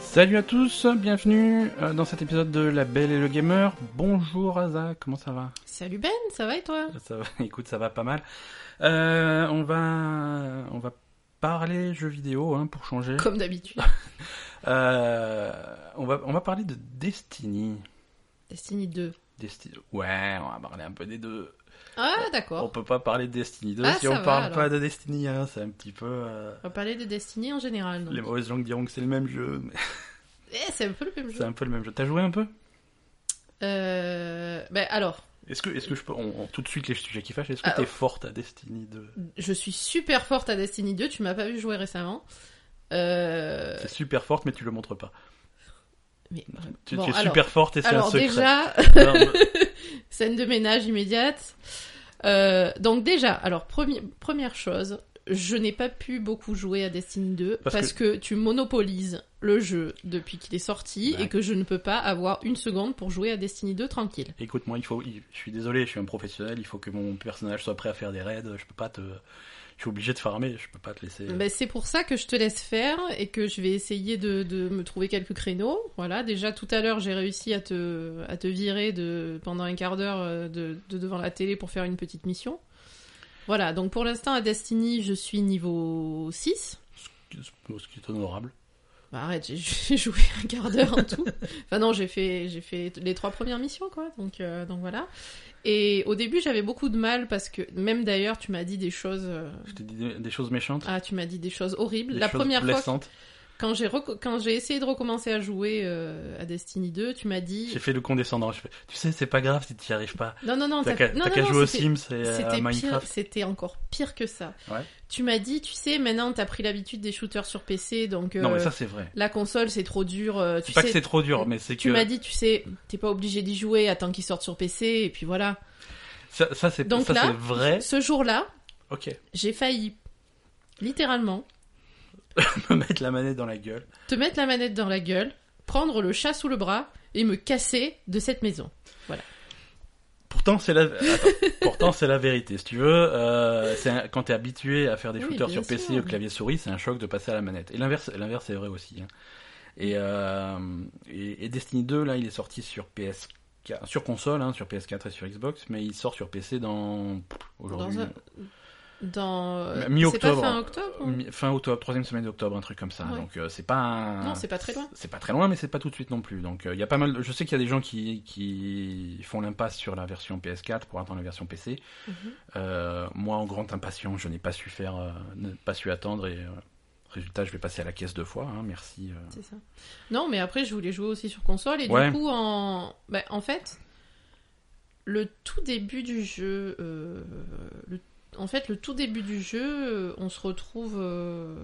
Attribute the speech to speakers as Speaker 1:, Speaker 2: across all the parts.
Speaker 1: Salut à tous, bienvenue euh, dans cet épisode de La Belle et le Gamer. Bonjour Aza, comment ça va
Speaker 2: Salut Ben, ça va et toi
Speaker 1: Ça va, écoute, ça va pas mal. Euh, on va, on va parler jeux vidéo hein, pour changer.
Speaker 2: Comme d'habitude.
Speaker 1: Ah. Euh, on va, on va parler de Destiny.
Speaker 2: Destiny 2.
Speaker 1: Desti- ouais, on va parler un peu des deux.
Speaker 2: Ah,
Speaker 1: On
Speaker 2: d'accord.
Speaker 1: peut pas parler de Destiny 2
Speaker 2: Ah,
Speaker 1: si
Speaker 2: ça
Speaker 1: on
Speaker 2: va,
Speaker 1: parle
Speaker 2: alors.
Speaker 1: pas de Destiny. hein, c'est un petit peu. euh,
Speaker 2: On va parler de Destiny en général. donc.
Speaker 1: Les mauvaises gens qui diront que c'est le même jeu, mais
Speaker 2: Eh, c'est un peu le même
Speaker 1: c'est
Speaker 2: jeu.
Speaker 1: un peu le même jeu. T'as joué un peu
Speaker 2: Euh, ben alors,
Speaker 1: Est-ce que, est-ce que je peux, on, on- tout de suite les sujets qui fâchent, est-ce que
Speaker 2: Alors-
Speaker 1: t'es forte à Destiny 2
Speaker 2: je suis super forte à Destiny 2, tu m'as pas vu jouer récemment. Euh,
Speaker 1: C'est super forte, mais tu le montres pas.
Speaker 2: Mais-
Speaker 1: Tu,
Speaker 2: bon,
Speaker 1: tu es
Speaker 2: alors-
Speaker 1: super forte et c'est un
Speaker 2: Alors
Speaker 1: secret.
Speaker 2: déjà,
Speaker 1: Non, mais-
Speaker 2: scène de ménage immédiate. Euh, donc déjà, alors premi- première chose, je n'ai pas pu beaucoup jouer à Destiny 2
Speaker 1: Parce
Speaker 2: parce, que... tu monopolises le jeu depuis qu'il est sorti
Speaker 1: Ouais.
Speaker 2: et que je ne peux pas avoir une seconde pour jouer à Destiny 2 tranquille.
Speaker 1: Écoute-moi, il faut, il- je suis désolé, je suis un professionnel, il faut que mon personnage soit prêt à faire des raids, je peux pas te, je suis obligé de farmer, je peux pas te laisser.
Speaker 2: Ben, c'est pour ça que je te laisse faire et que je vais essayer de, de me trouver quelques créneaux. Voilà, déjà tout à l'heure j'ai réussi à te, à te virer de, pendant un quart d'heure euh, de, de devant la télé pour faire une petite mission. Voilà, donc pour l'instant à Destiny je suis niveau 6.
Speaker 1: Ce qui est honorable.
Speaker 2: Bah, arrête, j'ai- j'ai joué un quart d'heure en tout. enfin non, j'ai fait, j'ai fait les trois premières missions, quoi. Donc, euh, donc voilà. Et au début j'avais beaucoup de mal parce que même d'ailleurs tu m'as dit des choses... euh,
Speaker 1: Je t'ai dit des, des choses méchantes,
Speaker 2: Ah, tu m'as dit des choses horribles.
Speaker 1: des
Speaker 2: la
Speaker 1: choses
Speaker 2: première fois que-
Speaker 1: blessantes.
Speaker 2: Quand j'ai reco- quand j'ai essayé de recommencer à jouer euh, à Destiny 2, tu m'as dit
Speaker 1: J'ai fait le condescendant. Je fais, tu sais, c'est pas grave si t'y arrives pas.
Speaker 2: non non non
Speaker 1: T'as
Speaker 2: t'as
Speaker 1: qu'à
Speaker 2: non,
Speaker 1: t'as
Speaker 2: non,
Speaker 1: qu'à
Speaker 2: non,
Speaker 1: jouer aux
Speaker 2: c'était-
Speaker 1: Sims et à
Speaker 2: c'était pire
Speaker 1: Minecraft.
Speaker 2: c'était encore pire que ça.
Speaker 1: Ouais.
Speaker 2: Tu m'as dit tu sais maintenant t'as pris l'habitude des shooters sur PC donc euh,
Speaker 1: Non, mais ça c'est vrai.
Speaker 2: la console c'est trop dur euh,
Speaker 1: C'est
Speaker 2: tu
Speaker 1: pas que
Speaker 2: sais
Speaker 1: c'est trop dur, mais c'est
Speaker 2: tu
Speaker 1: que
Speaker 2: m'as dit tu sais t'es pas obligé d'y jouer attends qu'ils sortent sur PC et puis voilà.
Speaker 1: ça, ça c'est
Speaker 2: Donc
Speaker 1: ça,
Speaker 2: là-
Speaker 1: c'est vrai.
Speaker 2: Ce jour-là
Speaker 1: Ok,
Speaker 2: j'ai failli littéralement
Speaker 1: me mettre la manette dans la gueule.
Speaker 2: te mettre la manette dans la gueule, prendre le chat sous le bras et me casser de cette maison.
Speaker 1: Pourtant, c'est la... Attends. Pourtant, c'est la vérité. Si tu veux, euh, c'est un- quand t'es habitué à faire des
Speaker 2: Oui,
Speaker 1: shooters
Speaker 2: bien
Speaker 1: sur PC
Speaker 2: sûr.
Speaker 1: au clavier souris, c'est un choc de passer à la manette. Et l'inverse, l'inverse est vrai aussi. hein. Et, euh, et, et Destiny 2, là, il est sorti sur PS, sur console, hein, sur PS4 et sur Xbox, mais il sort sur PC dans pff, aujourd'hui,
Speaker 2: Dans un- Dans euh,
Speaker 1: Mi-
Speaker 2: C'est
Speaker 1: mi-octobre.
Speaker 2: pas fin octobre hein
Speaker 1: mi- fin octobre, troisième semaine d'octobre, un truc comme ça.
Speaker 2: Ouais.
Speaker 1: Donc euh, c'est pas. un-
Speaker 2: Non, c'est pas très loin.
Speaker 1: C'est pas très loin, mais c'est pas tout de suite non plus. Donc euh, il y a pas mal. de- Je sais qu'il y a des gens qui, qui font l'impasse sur la version PS4 pour attendre la version PC.
Speaker 2: Mhm.
Speaker 1: Euh, moi, en grande impatience, je n'ai pas su faire, euh, ne pas su attendre et euh, résultat, je vais passer à la caisse deux fois. hein, merci. euh.
Speaker 2: C'est ça. Non, mais après, je voulais jouer aussi sur console. Et
Speaker 1: Ouais.
Speaker 2: du coup, en, ben, en fait, le tout début du jeu. euh, le- En fait, le tout début du jeu, euh, on se retrouve. euh,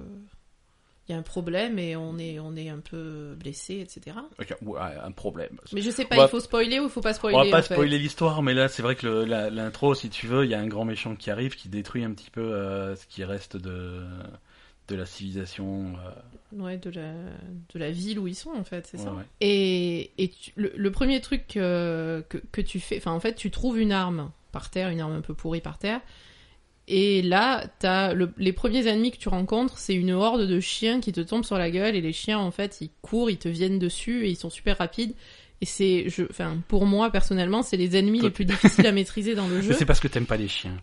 Speaker 2: Il y a un problème et on est, on est un peu blessé, etc.
Speaker 1: Ok, ouais, un problème.
Speaker 2: Mais je sais pas,
Speaker 1: On va-
Speaker 2: il faut spoiler ou il faut pas spoiler
Speaker 1: On va pas
Speaker 2: en fait.
Speaker 1: spoiler l'histoire, mais là, c'est vrai que le- la- l'intro, si tu veux, il y a un grand méchant qui arrive, qui détruit un petit peu euh, ce qui reste de de la civilisation. euh,
Speaker 2: Ouais, de la, de la ville où ils sont, en fait, c'est
Speaker 1: ouais,
Speaker 2: ça.
Speaker 1: ouais.
Speaker 2: Et, et tu- le, le premier truc euh, que, que tu fais, enfin en fait tu trouves une arme par terre, une arme un peu pourrie par terre, et là t'as le- les premiers ennemis que tu rencontres, c'est une horde de chiens qui te tombent sur la gueule et les chiens en fait ils courent, ils te viennent dessus et ils sont super rapides. Et c'est, je, enfin pour moi personnellement, c'est les ennemis
Speaker 1: Toi,
Speaker 2: les plus difficiles à maîtriser dans le
Speaker 1: Mais
Speaker 2: jeu.
Speaker 1: c'est parce que t'aimes pas les chiens.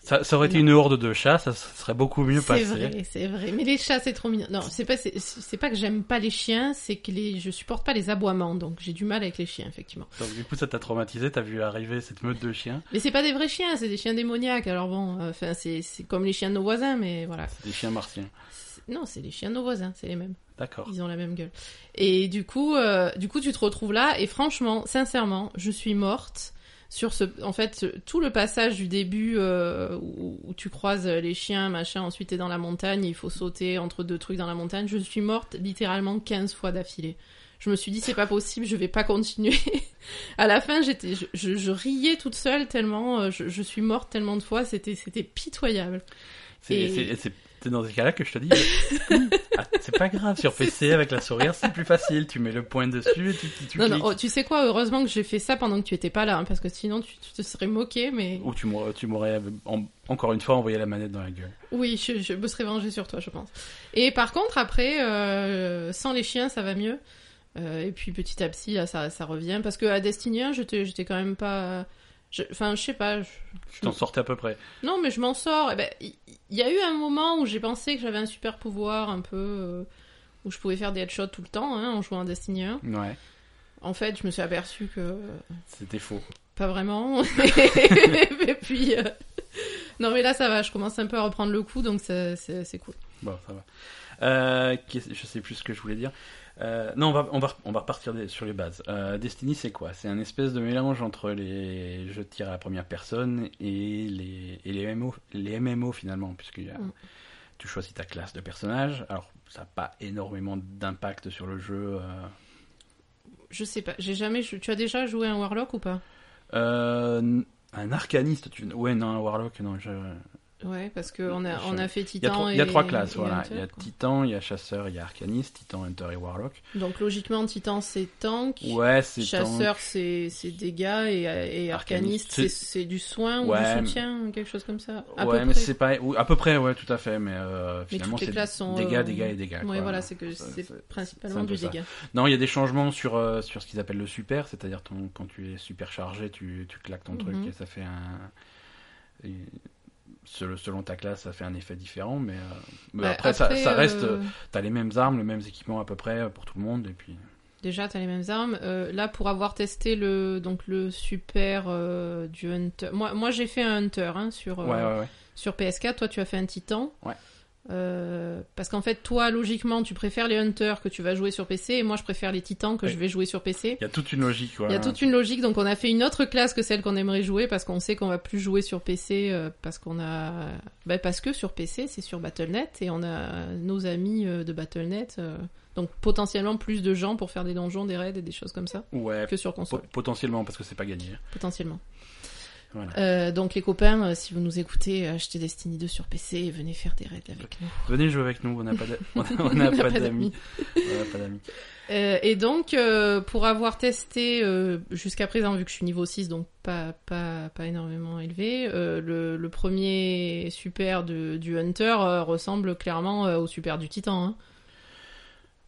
Speaker 1: Ça, ça aurait été une horde de chats, ça s- serait beaucoup mieux
Speaker 2: C'est
Speaker 1: passé.
Speaker 2: vrai, c'est vrai. Mais les chats, c'est trop mignon. Non, c'est pas, c'est- c'est pas que j'aime pas les chiens, c'est que les, je supporte pas les aboiements, donc j'ai du mal avec les chiens, effectivement.
Speaker 1: Donc du coup, ça t'a traumatisé, t'as vu arriver cette meute de chiens.
Speaker 2: Mais c'est pas des vrais chiens, c'est des chiens démoniaques. Alors bon, euh, enfin c'est c'est comme les chiens de nos voisins, mais voilà.
Speaker 1: C'est des chiens martiens.
Speaker 2: C'est- Non, c'est les chiens de nos voisins, c'est les mêmes.
Speaker 1: D'accord.
Speaker 2: Ils ont la même gueule. Et du coup, euh, du coup, tu te retrouves là. Et franchement, sincèrement, je suis morte sur ce. En fait, ce- tout le passage du début euh, où, où tu croises les chiens, machin. Ensuite, t'es dans la montagne. Il faut sauter entre deux trucs dans la montagne. Je suis morte littéralement 15 fois d'affilée. Je me suis dit c'est pas possible, je vais pas continuer. à la fin, j'étais, je, je- je riais toute seule tellement euh, je, je suis morte tellement de fois. C'était, c'était pitoyable.
Speaker 1: C'est
Speaker 2: Et-
Speaker 1: c'est- c'est C'est dans ces cas-là que je te dis, ah, c'est pas grave, sur PC avec la sourire, c'est plus facile. Tu mets le point dessus et tu, tu, tu
Speaker 2: Non, non,
Speaker 1: cliques.
Speaker 2: oh, tu sais quoi, heureusement que j'ai fait ça pendant que tu étais pas là, hein, parce que sinon tu, tu te serais moqué, mais
Speaker 1: Ou tu m'aurais, tu m'aurais en- encore une fois envoyé la manette dans la gueule.
Speaker 2: oui, je, je me serais vengé sur toi, je pense. Et par contre, après, euh, sans les chiens, ça va mieux. Euh, et puis petit à petit, là, ça, ça revient, parce que à Destiny 1, j'étais j'étais quand même pas... je- Enfin, je sais pas, je-
Speaker 1: Tu t'en sortais à peu près.
Speaker 2: Non, mais je m'en sors. Eh ben, il il y, a eu un moment où j'ai pensé que j'avais un super pouvoir, un peu. euh, où je pouvais faire des headshots tout le temps, hein, en jouant à Destiny 1.
Speaker 1: Ouais,
Speaker 2: En fait, je me suis aperçue que. euh,
Speaker 1: c'était faux.
Speaker 2: pas vraiment. Et puis. euh, Non, mais là, ça va, je commence un peu à reprendre le coup, donc ça- c'est c'est cool.
Speaker 1: Bon, ça va. Euh, qu'est-ce- je sais plus ce que je voulais dire. Euh, non, on va, on va, on va repartir des- sur les bases. Euh, Destiny, c'est quoi C'est un espèce de mélange entre les jeux de tir à la première personne et les, et les, MMO, les MMO finalement, puisque
Speaker 2: Mm.
Speaker 1: tu choisis ta classe de personnage. Alors, ça n'a pas énormément d'impact sur le jeu. euh.
Speaker 2: Je sais pas, j'ai jamais. jou- Tu as déjà joué à un Warlock ou pas
Speaker 1: Euh, n- un arcaniste, tu... ouais, non, un warlock, non. je-
Speaker 2: Ouais, parce qu'on a,
Speaker 1: Je-
Speaker 2: on a fait
Speaker 1: Il y a,
Speaker 2: Titan.
Speaker 1: trois,
Speaker 2: et,
Speaker 1: il y a trois classes,
Speaker 2: et
Speaker 1: voilà.
Speaker 2: Hunter,
Speaker 1: Il y a
Speaker 2: quoi.
Speaker 1: titan, il y a chasseur, il y a arcaniste, titan, hunter et warlock.
Speaker 2: Donc logiquement, Titan c'est tank.
Speaker 1: Ouais, c'est tank.
Speaker 2: Chasseur, c'est c'est dégâts et, et
Speaker 1: Arcaniste,
Speaker 2: arcaniste,
Speaker 1: c'est-
Speaker 2: c'est- c'est du soin
Speaker 1: Ouais,
Speaker 2: ou du soutien, quelque chose comme ça. À
Speaker 1: ouais,
Speaker 2: peu
Speaker 1: mais
Speaker 2: près.
Speaker 1: c'est pas ou- à peu près, ouais, tout à fait, mais euh, finalement
Speaker 2: toutes les
Speaker 1: c'est
Speaker 2: classes sont,
Speaker 1: dégâts,
Speaker 2: euh,
Speaker 1: dégâts et dégâts.
Speaker 2: Ouais,
Speaker 1: quoi.
Speaker 2: voilà, c'est que
Speaker 1: Ça,
Speaker 2: c'est
Speaker 1: c'est- c'est
Speaker 2: principalement
Speaker 1: un peu
Speaker 2: du
Speaker 1: ça.
Speaker 2: dégât.
Speaker 1: Non, il y a des changements sur euh, sur ce qu'ils appellent le super, c'est-à-dire ton quand tu es super chargé, tu, tu claques ton truc
Speaker 2: Mhm.
Speaker 1: et ça fait un et selon, selon ta classe, ça fait un effet différent, mais, euh, mais
Speaker 2: Bah,
Speaker 1: après, ça, ça
Speaker 2: euh,
Speaker 1: reste, euh, t'as les mêmes armes, les mêmes équipements à peu près euh, pour tout le monde et puis
Speaker 2: Déjà, t'as les mêmes armes. Euh, là, pour avoir testé le donc le super euh, du hunter. Moi, moi j'ai fait un hunter hein, sur euh,
Speaker 1: ouais ouais ouais.
Speaker 2: sur PS4. Toi, tu as fait un titan.
Speaker 1: Ouais.
Speaker 2: Euh, parce qu'en fait, toi, logiquement, tu préfères les hunters que tu vas jouer sur PC, et moi, je préfère les titans que
Speaker 1: Oui.
Speaker 2: je vais jouer sur PC.
Speaker 1: Il y a toute une logique.
Speaker 2: Il y a toute une logique, donc on a fait une autre classe que celle qu'on aimerait jouer parce qu'on sait qu'on va plus jouer sur PC euh, parce qu'on a, bah, parce que sur PC c'est sur Battle.net et on a nos amis euh, de Battle.net, euh, donc potentiellement plus de gens pour faire des donjons, des raids et des choses comme ça
Speaker 1: Ouais,
Speaker 2: que sur
Speaker 1: po-
Speaker 2: console,
Speaker 1: potentiellement parce que c'est pas gagné.
Speaker 2: potentiellement.
Speaker 1: Voilà.
Speaker 2: Euh, donc les copains, euh, si vous nous écoutez, achetez Destiny 2 sur PC et venez faire des raids avec nous.
Speaker 1: Venez jouer avec nous, on n'a pas d'a- on a- on
Speaker 2: On
Speaker 1: n'a
Speaker 2: a
Speaker 1: pas
Speaker 2: pas
Speaker 1: d'amis, on n'a pas d'amis.
Speaker 2: Euh, et donc, euh, pour avoir testé euh, jusqu'à présent, vu que je suis niveau 6, donc pas, pas, pas énormément élevé, euh, le, le premier super de- du Hunter euh, ressemble clairement euh, au super du Titan. hein.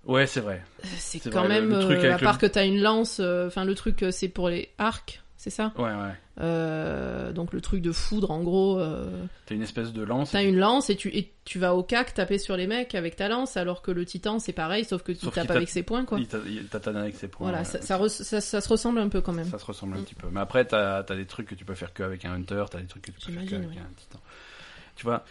Speaker 1: Ouais, c'est vrai.
Speaker 2: Euh, C'est
Speaker 1: C'est
Speaker 2: quand
Speaker 1: vrai, le-
Speaker 2: même,
Speaker 1: le truc
Speaker 2: euh,
Speaker 1: avec
Speaker 2: à
Speaker 1: le-
Speaker 2: part que t'as une lance, euh, enfin le truc euh, c'est pour les arcs, c'est ça
Speaker 1: Ouais, ouais.
Speaker 2: Euh, Donc le truc de foudre en gros, euh,
Speaker 1: T'as une espèce de lance.
Speaker 2: t'as une lance et tu, et tu vas au cac taper sur les mecs avec ta lance, alors que le Titan c'est pareil, sauf que tu
Speaker 1: Sauf qu'il
Speaker 2: tapes
Speaker 1: tape-
Speaker 2: avec ses poings quoi.
Speaker 1: Il t'a- il t'atteint avec ses points.
Speaker 2: Voilà, ça, ça res- ça- ça se ressemble un peu quand même.
Speaker 1: Ça se ressemble un
Speaker 2: Mm.
Speaker 1: petit peu. Mais après, t'as as des trucs que tu peux faire qu'avec un hunter, t'as des trucs que tu peux faire
Speaker 2: J'imagine,
Speaker 1: qu'avec
Speaker 2: oui.
Speaker 1: un titan. Tu vois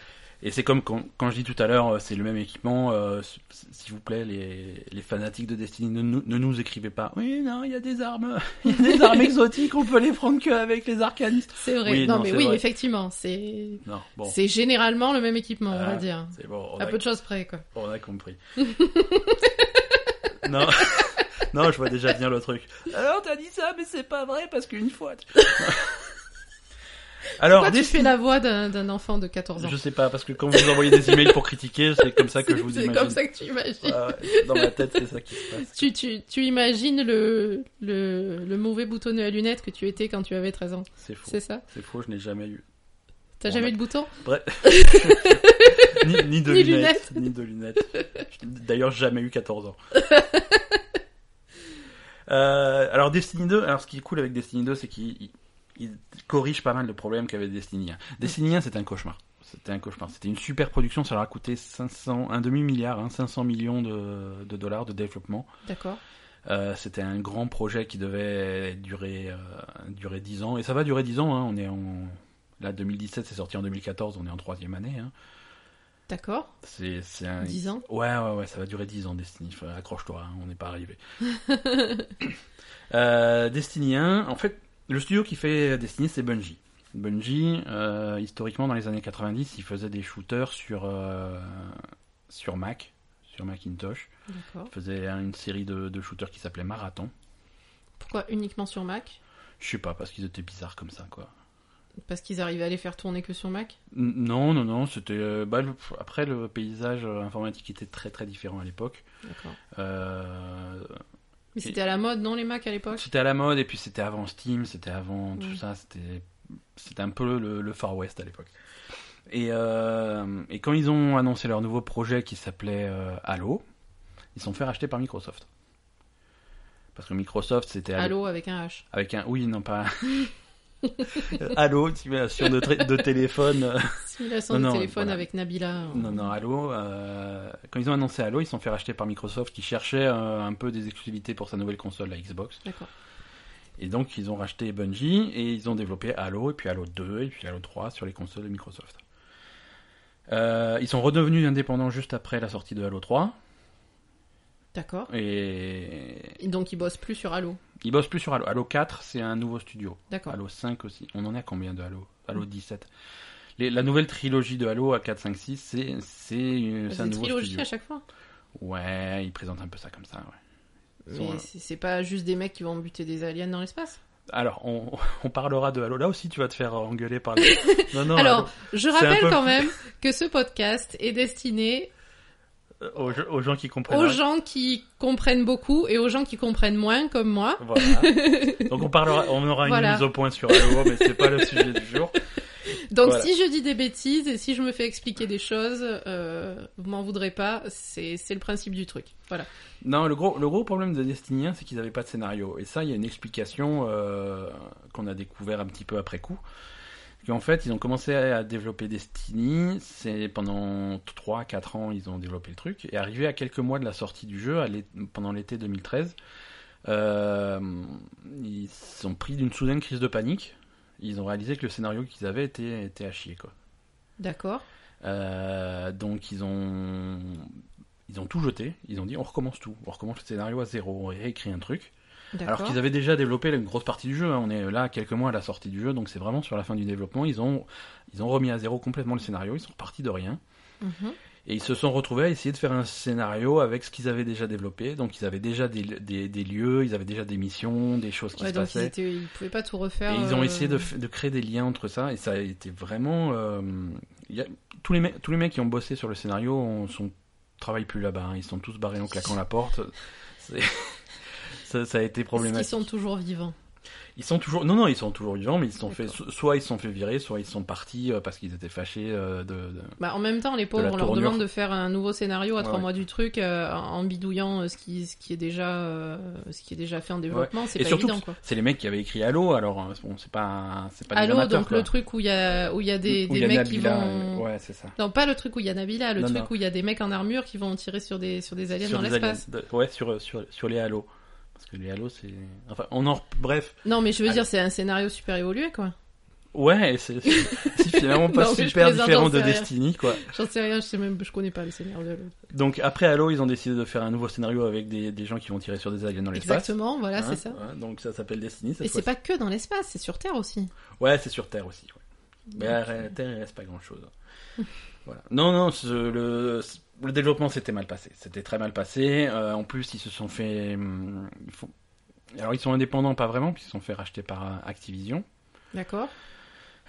Speaker 1: Et c'est comme quand, quand je dis tout à l'heure, euh, c'est le même équipement. euh, s- S'il vous plaît, les, les fanatiques de Destiny, ne, nous- ne nous écrivez pas. Oui, non, il y a des armes, il y a des armes exotiques, on peut les prendre qu'avec les arcanistes.
Speaker 2: C'est vrai.
Speaker 1: Oui,
Speaker 2: non,
Speaker 1: non,
Speaker 2: mais
Speaker 1: c'est
Speaker 2: oui,
Speaker 1: vrai.
Speaker 2: effectivement, c'est
Speaker 1: Non, bon,
Speaker 2: c'est généralement le même équipement, on
Speaker 1: Ah,
Speaker 2: va dire.
Speaker 1: c'est bon. on
Speaker 2: À
Speaker 1: a-
Speaker 2: peu de choses près, quoi.
Speaker 1: On a compris. non. non, je vois déjà bien le truc. Alors, t'as dit ça, mais c'est pas vrai parce qu'une fois. tu- Alors,
Speaker 2: Pourquoi tu
Speaker 1: Destiny-
Speaker 2: fais la voix d'un d'un enfant de 14 ans
Speaker 1: Je sais pas, parce que quand vous envoyez des emails pour critiquer, c'est comme ça que je
Speaker 2: C'est-
Speaker 1: vous
Speaker 2: C'est
Speaker 1: imagine.
Speaker 2: comme ça que tu imagines.
Speaker 1: Ouais, ouais, dans ma tête, c'est ça qui se passe.
Speaker 2: Tu, tu, tu imagines le, le, le mauvais boutonneux à lunettes que tu étais quand tu avais 13 ans,
Speaker 1: C'est faux.
Speaker 2: c'est ça
Speaker 1: C'est faux, je n'ai jamais eu.
Speaker 2: T'as
Speaker 1: On a-
Speaker 2: jamais eu de bouton
Speaker 1: Ni, ni de
Speaker 2: Ni
Speaker 1: lunettes, Ni de lunettes. Je n'ai D'ailleurs, jamais eu 14 ans. Euh, alors, Destiny 2, alors ce qui est cool avec Destiny 2, c'est qu'il il- il corrige pas mal de problèmes qu'avait Destiny 1. Destiny 1, c'était un cauchemar. C'était un cauchemar. C'était une super production, ça leur a coûté 500, un demi-milliard, hein, 500 millions de, de dollars de développement.
Speaker 2: D'accord.
Speaker 1: Euh, c'était un grand projet qui devait durer, euh, durer 10 ans. Et ça va durer 10 ans. hein. On est en... Là, 2017, c'est sorti en 2014. On est en troisième année. hein.
Speaker 2: D'accord.
Speaker 1: C'est c'est un...
Speaker 2: 10 ans.
Speaker 1: Ouais, ouais, ouais, ça va durer 10 ans, Destiny. Enfin, Accroche-toi, hein, on n'est pas arrivé. Euh, Destiny 1, en fait, le studio qui fait Destiny, c'est Bungie. Bungie, euh, historiquement, dans les années 90, il faisait des shooters sur, euh, sur Mac, sur Macintosh.
Speaker 2: D'accord.
Speaker 1: Il faisait hein, une série de, de shooters qui s'appelait Marathon.
Speaker 2: Pourquoi uniquement sur Mac
Speaker 1: Je sais pas, parce qu'ils étaient bizarres comme ça, quoi.
Speaker 2: Parce qu'ils arrivaient à les faire tourner que sur Mac
Speaker 1: N- Non, non, non, c'était. euh, bah, le- pff, après, le paysage euh, informatique était très très différent à l'époque.
Speaker 2: D'accord.
Speaker 1: Euh,
Speaker 2: Mais c'était à la mode, non, les Mac à l'époque
Speaker 1: c'était à la mode, et puis c'était avant Steam, c'était avant tout
Speaker 2: Mm.
Speaker 1: ça, c'était c'était un peu le, le Far West à l'époque. Et, euh, et quand ils ont annoncé leur nouveau projet qui s'appelait euh, Halo, ils se sont fait racheter par Microsoft. Parce que Microsoft, c'était à
Speaker 2: Halo avec un H.
Speaker 1: Avec un oui, non pas. Allô, simulation de, tra- de téléphone. euh,
Speaker 2: Simulation
Speaker 1: Non,
Speaker 2: de
Speaker 1: non,
Speaker 2: téléphone
Speaker 1: voilà.
Speaker 2: avec Nabila.
Speaker 1: Non, non, Allô. euh, quand ils ont annoncé Allô, ils se sont fait racheter par Microsoft qui cherchait euh, un peu des exclusivités pour sa nouvelle console, la Xbox.
Speaker 2: D'accord.
Speaker 1: Et donc ils ont racheté Bungie et ils ont développé Halo et puis Halo 2 et puis Halo 3 sur les consoles de Microsoft. Euh, ils sont redevenus indépendants juste après la sortie de Halo 3
Speaker 2: D'accord.
Speaker 1: et
Speaker 2: Et Donc ils bossent plus sur Halo.
Speaker 1: ils bossent plus sur Halo. Halo 4, c'est un nouveau studio.
Speaker 2: D'accord.
Speaker 1: Halo 5 aussi. On en a combien de Halo Halo 17. Les- la nouvelle trilogie de Halo à 4, 5, 6, c'est c'est une- c'est
Speaker 2: Bah, C'est
Speaker 1: un
Speaker 2: une
Speaker 1: nouveau
Speaker 2: trilogie
Speaker 1: studio.
Speaker 2: à chaque fois.
Speaker 1: Ouais, ils présentent un peu ça comme ça. ouais. Ils sont,
Speaker 2: Mais
Speaker 1: euh,
Speaker 2: c'est c'est pas juste des mecs qui vont buter des aliens dans l'espace.
Speaker 1: Alors, on, on parlera de Halo. Là aussi, tu vas te faire engueuler par les. Non, non.
Speaker 2: Alors,
Speaker 1: c'est
Speaker 2: je
Speaker 1: un
Speaker 2: rappelle
Speaker 1: peu
Speaker 2: quand
Speaker 1: plus-
Speaker 2: même que ce podcast est destiné
Speaker 1: Halo, euh, aux, gens- aux gens qui comprennent.
Speaker 2: aux gens qui comprennent beaucoup et aux gens qui comprennent moins, comme moi.
Speaker 1: Voilà. Donc on parlera, on aura
Speaker 2: Voilà.
Speaker 1: une mise au point sur Halo, mais c'est pas le sujet du jour.
Speaker 2: Donc
Speaker 1: Voilà.
Speaker 2: si je dis des bêtises et si je me fais expliquer des choses, euh, vous m'en voudrez pas, c'est c'est le principe du truc. Voilà.
Speaker 1: Non, le gros, le gros problème de Destiny 1, c'est qu'ils n'avaient pas de scénario. Et ça, il y a une explication euh, qu'on a découvert un petit peu après coup. En fait, ils ont commencé à développer Destiny. C'est pendant 3-4 ans, ils ont développé le truc. Et arrivé à quelques mois de la sortie du jeu, à l'é- pendant l'été 2013, euh, ils sont pris d'une soudaine crise de panique. Ils ont réalisé que le scénario qu'ils avaient était, était à chier, quoi.
Speaker 2: D'accord.
Speaker 1: Euh, donc ils ont ils ont tout jeté. Ils ont dit on recommence tout, on recommence le scénario à zéro, on réécrit un truc. Alors
Speaker 2: D'accord.
Speaker 1: qu'ils avaient déjà développé une grosse partie du jeu. hein. On est là à quelques mois à la sortie du jeu, donc c'est vraiment sur la fin du développement. Ils ont ils ont remis à zéro complètement le scénario. Ils sont repartis de rien.
Speaker 2: Mhm.
Speaker 1: Et ils se sont retrouvés à essayer de faire un scénario avec ce qu'ils avaient déjà développé. Donc ils avaient déjà des, des, des lieux, ils avaient déjà des missions, des choses qui
Speaker 2: Ouais,
Speaker 1: se
Speaker 2: donc ils,
Speaker 1: passaient.
Speaker 2: étaient, ils pouvaient pas tout refaire.
Speaker 1: Et ils ont
Speaker 2: euh,
Speaker 1: essayé de, f- de créer des liens entre ça, et ça a été vraiment. euh, il y a- tous, les mecs- tous les mecs qui ont bossé sur le scénario on, sont, travaillent plus là-bas, hein. ils sont tous barrés en claquant la porte. C'est- ça, ça a été
Speaker 2: Est-ce qu'ils
Speaker 1: problématique.
Speaker 2: sont toujours vivants
Speaker 1: Ils sont toujours. Non, non, ils sont toujours vivants, mais ils se sont fait.
Speaker 2: D'accord.
Speaker 1: so- Soit ils se sont fait virer, soit ils sont partis euh, parce qu'ils étaient fâchés euh, de. de-
Speaker 2: Bah, en même temps, les pauvres,
Speaker 1: la
Speaker 2: on leur
Speaker 1: tournure.
Speaker 2: demande de faire un nouveau scénario à
Speaker 1: Ouais,
Speaker 2: trois
Speaker 1: ouais.
Speaker 2: mois du truc euh, en bidouillant euh, ce qui, ce qui est déjà, euh, ce qui est déjà fait en développement. C'est
Speaker 1: Et
Speaker 2: pas
Speaker 1: surtout,
Speaker 2: évident, quoi.
Speaker 1: C'est les mecs qui avaient écrit Halo, alors euh, bon, c'est pas, c'est pas des
Speaker 2: Allô,
Speaker 1: amateurs.
Speaker 2: donc
Speaker 1: quoi.
Speaker 2: le truc où il y a, où il y a des,
Speaker 1: Où
Speaker 2: des
Speaker 1: il y a
Speaker 2: mecs qui
Speaker 1: Nabila,
Speaker 2: vont.
Speaker 1: euh, Ouais, c'est ça.
Speaker 2: Non, pas le truc où il y a Nabila, le
Speaker 1: Non,
Speaker 2: truc
Speaker 1: non.
Speaker 2: où il y a des mecs en armure qui vont tirer sur des, sur des aliens
Speaker 1: Sur
Speaker 2: dans
Speaker 1: des aliens.
Speaker 2: l'espace.
Speaker 1: De- Ouais, sur, sur, sur les halos. Parce que les halos, c'est. Enfin, on en. Bref.
Speaker 2: Non, mais je veux
Speaker 1: Allez.
Speaker 2: dire, c'est un scénario super évolué, quoi.
Speaker 1: Ouais, c'est c'est finalement pas
Speaker 2: Non, mais je
Speaker 1: super
Speaker 2: plaisante,
Speaker 1: différent
Speaker 2: j'en
Speaker 1: de
Speaker 2: sais rien.
Speaker 1: Destiny, quoi.
Speaker 2: J'en sais rien, je sais même, je connais pas le scénario de l'autre.
Speaker 1: Donc après Halo, ils ont décidé de faire un nouveau scénario avec des, des gens qui vont tirer sur des aliens dans l'espace.
Speaker 2: Exactement, voilà,
Speaker 1: Hein,
Speaker 2: c'est ça.
Speaker 1: hein, donc ça s'appelle Destiny. cette
Speaker 2: Et c'est
Speaker 1: fois-ci.
Speaker 2: pas que dans l'espace, c'est sur Terre aussi.
Speaker 1: Ouais, c'est sur Terre aussi. ouais. Mais à
Speaker 2: euh,
Speaker 1: la Terre, il reste pas grand chose. voilà. Non, non, ce- le, le développement s'était mal passé. C'était très mal passé. Euh, en plus, ils se sont fait. hum, ils font- Alors, ils sont indépendants, pas vraiment, puisqu'ils se sont fait racheter par euh, Activision.
Speaker 2: D'accord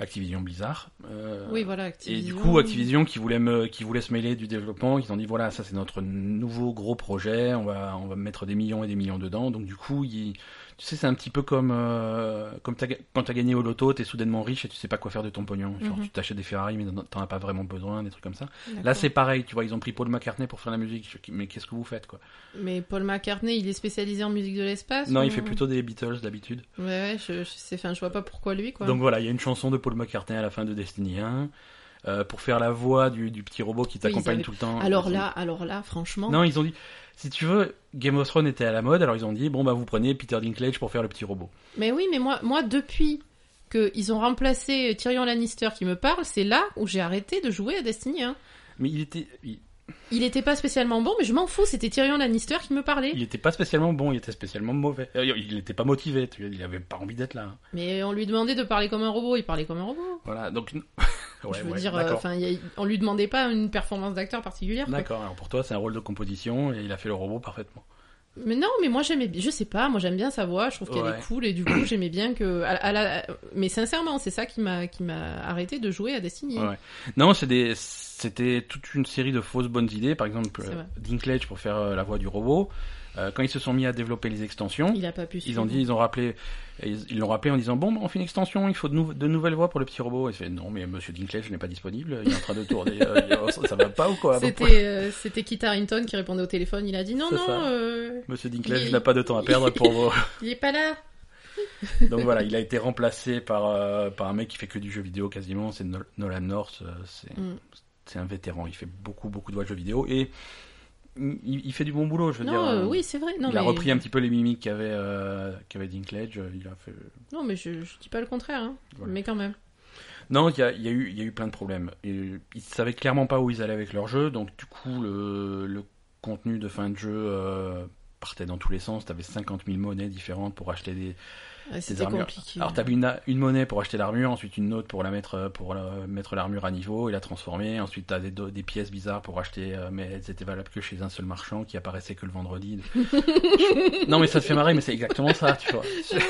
Speaker 1: Activision Blizzard. Euh,
Speaker 2: Oui, voilà,
Speaker 1: Et
Speaker 2: Activision.
Speaker 1: du coup, Activision qui voulait, me, qui voulait se mêler du développement, ils ont dit voilà, ça c'est notre nouveau gros projet, on va, on va mettre des millions et des millions dedans. Donc du coup, ils- tu sais, c'est un petit peu comme, euh, comme t'as ga- quand t'as gagné au loto, t'es soudainement riche et tu sais pas quoi faire de ton pognon. Genre,
Speaker 2: Mhm.
Speaker 1: tu t'achètes des Ferrari, mais t'en as pas vraiment besoin, des trucs comme ça. Là,
Speaker 2: D'accord.
Speaker 1: c'est pareil, tu vois, ils ont pris Paul McCartney pour faire la musique, Je- mais qu'est-ce que vous faites quoi
Speaker 2: Mais Paul McCartney, il est spécialisé en musique de l'espace
Speaker 1: Non,
Speaker 2: ou-
Speaker 1: il fait plutôt des Beatles d'habitude.
Speaker 2: Ouais, ouais, je, je sais, enfin, je vois pas pourquoi lui, quoi.
Speaker 1: Donc voilà, il y a une chanson de Paul McCartney à la fin de Destiny 1. euh, pour faire la voix du, du petit robot qui
Speaker 2: Oui, ils
Speaker 1: t'accompagne
Speaker 2: avaient-
Speaker 1: tout le temps.
Speaker 2: alors
Speaker 1: Ils ont-
Speaker 2: là, alors là, franchement.
Speaker 1: Non, ils ont dit, si tu veux, Game of Thrones était à la mode, alors ils ont dit, bon bah vous prenez Peter Dinklage pour faire le petit robot.
Speaker 2: Mais oui, mais moi, moi, depuis que ils ont remplacé Tyrion Lannister qui me parle, c'est là où j'ai arrêté de jouer à Destiny 1.
Speaker 1: Mais il était, il,
Speaker 2: Il était pas spécialement bon, mais je m'en fous, c'était Tyrion Lannister qui me parlait.
Speaker 1: il était pas spécialement bon, il était spécialement mauvais. Euh, Il n'était pas motivé, tu vois, il avait pas envie d'être là. hein.
Speaker 2: Mais on lui demandait de parler comme un robot, il parlait comme un robot.
Speaker 1: Voilà, donc ouais,
Speaker 2: je veux
Speaker 1: ouais,
Speaker 2: dire, euh,
Speaker 1: d'accord.
Speaker 2: enfin, il y a- on lui demandait pas une performance d'acteur particulière. quoi.
Speaker 1: D'accord, alors pour toi c'est un rôle de composition et il a fait le robot parfaitement.
Speaker 2: Mais non, mais moi j'aimais bien, je sais pas, moi j'aime bien sa voix, je trouve qu'elle
Speaker 1: Ouais.
Speaker 2: est cool et du coup j'aimais bien que. à- à la- Mais sincèrement, c'est ça qui m'a qui m'a arrêté de jouer à Destiny.
Speaker 1: Ouais. Non, c'est des- c'était toute une série de fausses bonnes idées. Par exemple,
Speaker 2: C'est
Speaker 1: euh,
Speaker 2: vrai.
Speaker 1: Dinklage pour faire euh, la voix du robot. Euh, quand ils se sont mis à développer les extensions,
Speaker 2: Il a pas pu.
Speaker 1: ils ont
Speaker 2: suivre.
Speaker 1: dit, ils ont rappelé, ils ils l'ont rappelé en disant bon, bah, on fait une extension, il faut de, nou- de nouvelles voix pour le petit robot. Et il fait non, mais Monsieur Dinklage n'est pas disponible, il est en train de tourner, euh, il est- ça va pas ou quoi Donc,
Speaker 2: C'était euh, c'était Kit Harington qui répondait au téléphone, il a dit non,
Speaker 1: C'est
Speaker 2: non,
Speaker 1: ça.
Speaker 2: euh,
Speaker 1: Monsieur Dinklage
Speaker 2: il-
Speaker 1: n'a pas de temps à perdre pour vous.
Speaker 2: il est pas là.
Speaker 1: Donc voilà, il a été remplacé par euh, par un mec qui fait que du jeu vidéo quasiment. C'est Nol- Nolan North, euh, c'est
Speaker 2: Mm.
Speaker 1: c'est un vétéran. Il fait beaucoup beaucoup de voix de jeux vidéo et il, il fait du bon boulot. Je veux
Speaker 2: Non,
Speaker 1: dire,
Speaker 2: euh,
Speaker 1: euh,
Speaker 2: oui, c'est vrai. Non,
Speaker 1: il a
Speaker 2: mais-
Speaker 1: repris un petit peu les mimiques qu'avait euh, qu'avait Dinklage. euh, Il a fait
Speaker 2: Non, mais je, je dis pas le contraire, hein.
Speaker 1: Voilà.
Speaker 2: mais quand même.
Speaker 1: Non, il y a, il y a eu, il y a eu plein de problèmes. Et, euh, ils savaient clairement pas où ils allaient avec leur jeu, donc du coup, le, le contenu de fin de jeu euh, partait dans tous les sens. T'avais 50 000 monnaies différentes pour acheter des. Ces
Speaker 2: Ouais, Ah, C'était
Speaker 1: armures.
Speaker 2: compliqué.
Speaker 1: Alors, t'avais une, une monnaie pour acheter l'armure, ensuite une autre pour la mettre, euh, pour la- mettre l'armure à niveau et la transformer. Ensuite, t'as des, do- des pièces bizarres pour acheter, euh, mais elles étaient valables que chez un seul marchand qui apparaissait que le vendredi. non, mais ça te fait marrer, mais c'est exactement ça, tu vois.
Speaker 2: C'est-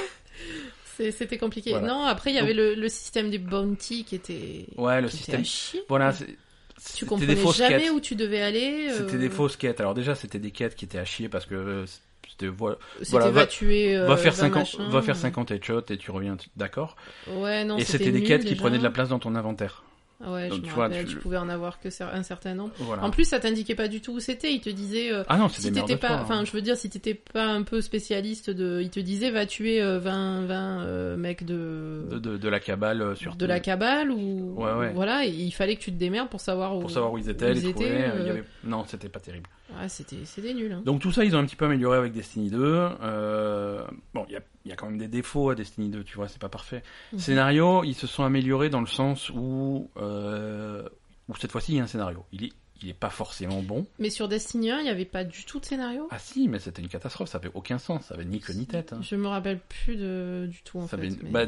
Speaker 2: C'était compliqué.
Speaker 1: Voilà.
Speaker 2: Non, après il y avait le, le système des bounty qui était.
Speaker 1: Ouais, le
Speaker 2: qui était
Speaker 1: système.
Speaker 2: à chier.
Speaker 1: Voilà, c'est.
Speaker 2: Tu
Speaker 1: c'était
Speaker 2: comprenais
Speaker 1: des fausses
Speaker 2: jamais
Speaker 1: quêtes.
Speaker 2: où tu devais aller. euh,
Speaker 1: C'était des fausses quêtes. Alors déjà, c'était des quêtes qui étaient à chier parce que euh, c'était voilà,
Speaker 2: C'était
Speaker 1: Voilà,
Speaker 2: va,
Speaker 1: va-
Speaker 2: tuer. euh,
Speaker 1: va faire 50
Speaker 2: machin. euh,
Speaker 1: va faire 50 headshots et tu reviens tu- d'accord.
Speaker 2: Ouais, non,
Speaker 1: Et c'était des
Speaker 2: nul,
Speaker 1: quêtes qui
Speaker 2: déjà.
Speaker 1: prenaient de la place dans ton inventaire.
Speaker 2: Ah Ouais,
Speaker 1: Donc,
Speaker 2: je me
Speaker 1: tu vois,
Speaker 2: rappelle,
Speaker 1: tu-
Speaker 2: tu... pouvais en avoir que cer- un certain nombre.
Speaker 1: Voilà.
Speaker 2: En plus, ça t'indiquait pas du tout où c'était. Il te disait. euh,
Speaker 1: ah non, c'est
Speaker 2: Si
Speaker 1: des merdes de
Speaker 2: t'étais pas,
Speaker 1: soir,
Speaker 2: enfin,
Speaker 1: hein.
Speaker 2: je veux dire, si t'étais pas un peu spécialiste de, il te disait va tuer euh, 20, 20 euh, mecs de,
Speaker 1: de, de, de la cabale euh, sur
Speaker 2: de la cabale ou
Speaker 1: Ouais, ouais.
Speaker 2: voilà et il fallait que tu te démerdes pour savoir où
Speaker 1: pour savoir où ils étaient, les trouver, euh, il y
Speaker 2: euh,
Speaker 1: avait- non, c'était pas terrible.
Speaker 2: ouais, c'était c'était nul hein.
Speaker 1: Donc tout ça, ils ont un petit peu amélioré avec Destiny 2. Euh, bon, il y a, il y a quand même des défauts à Destiny 2, tu vois, c'est pas parfait.
Speaker 2: Mhm.
Speaker 1: Scénario, ils se sont améliorés dans le sens où, euh, où cette fois-ci, il y a un scénario. Il est, il est pas forcément bon.
Speaker 2: mais sur Destiny 1 il y avait pas du tout de scénario
Speaker 1: Ah si, mais c'était une catastrophe, ça avait aucun sens, ça avait ni queue ni tête. hein.
Speaker 2: je me rappelle plus de du tout en
Speaker 1: Ça
Speaker 2: fait
Speaker 1: avait-
Speaker 2: mais-
Speaker 1: bah,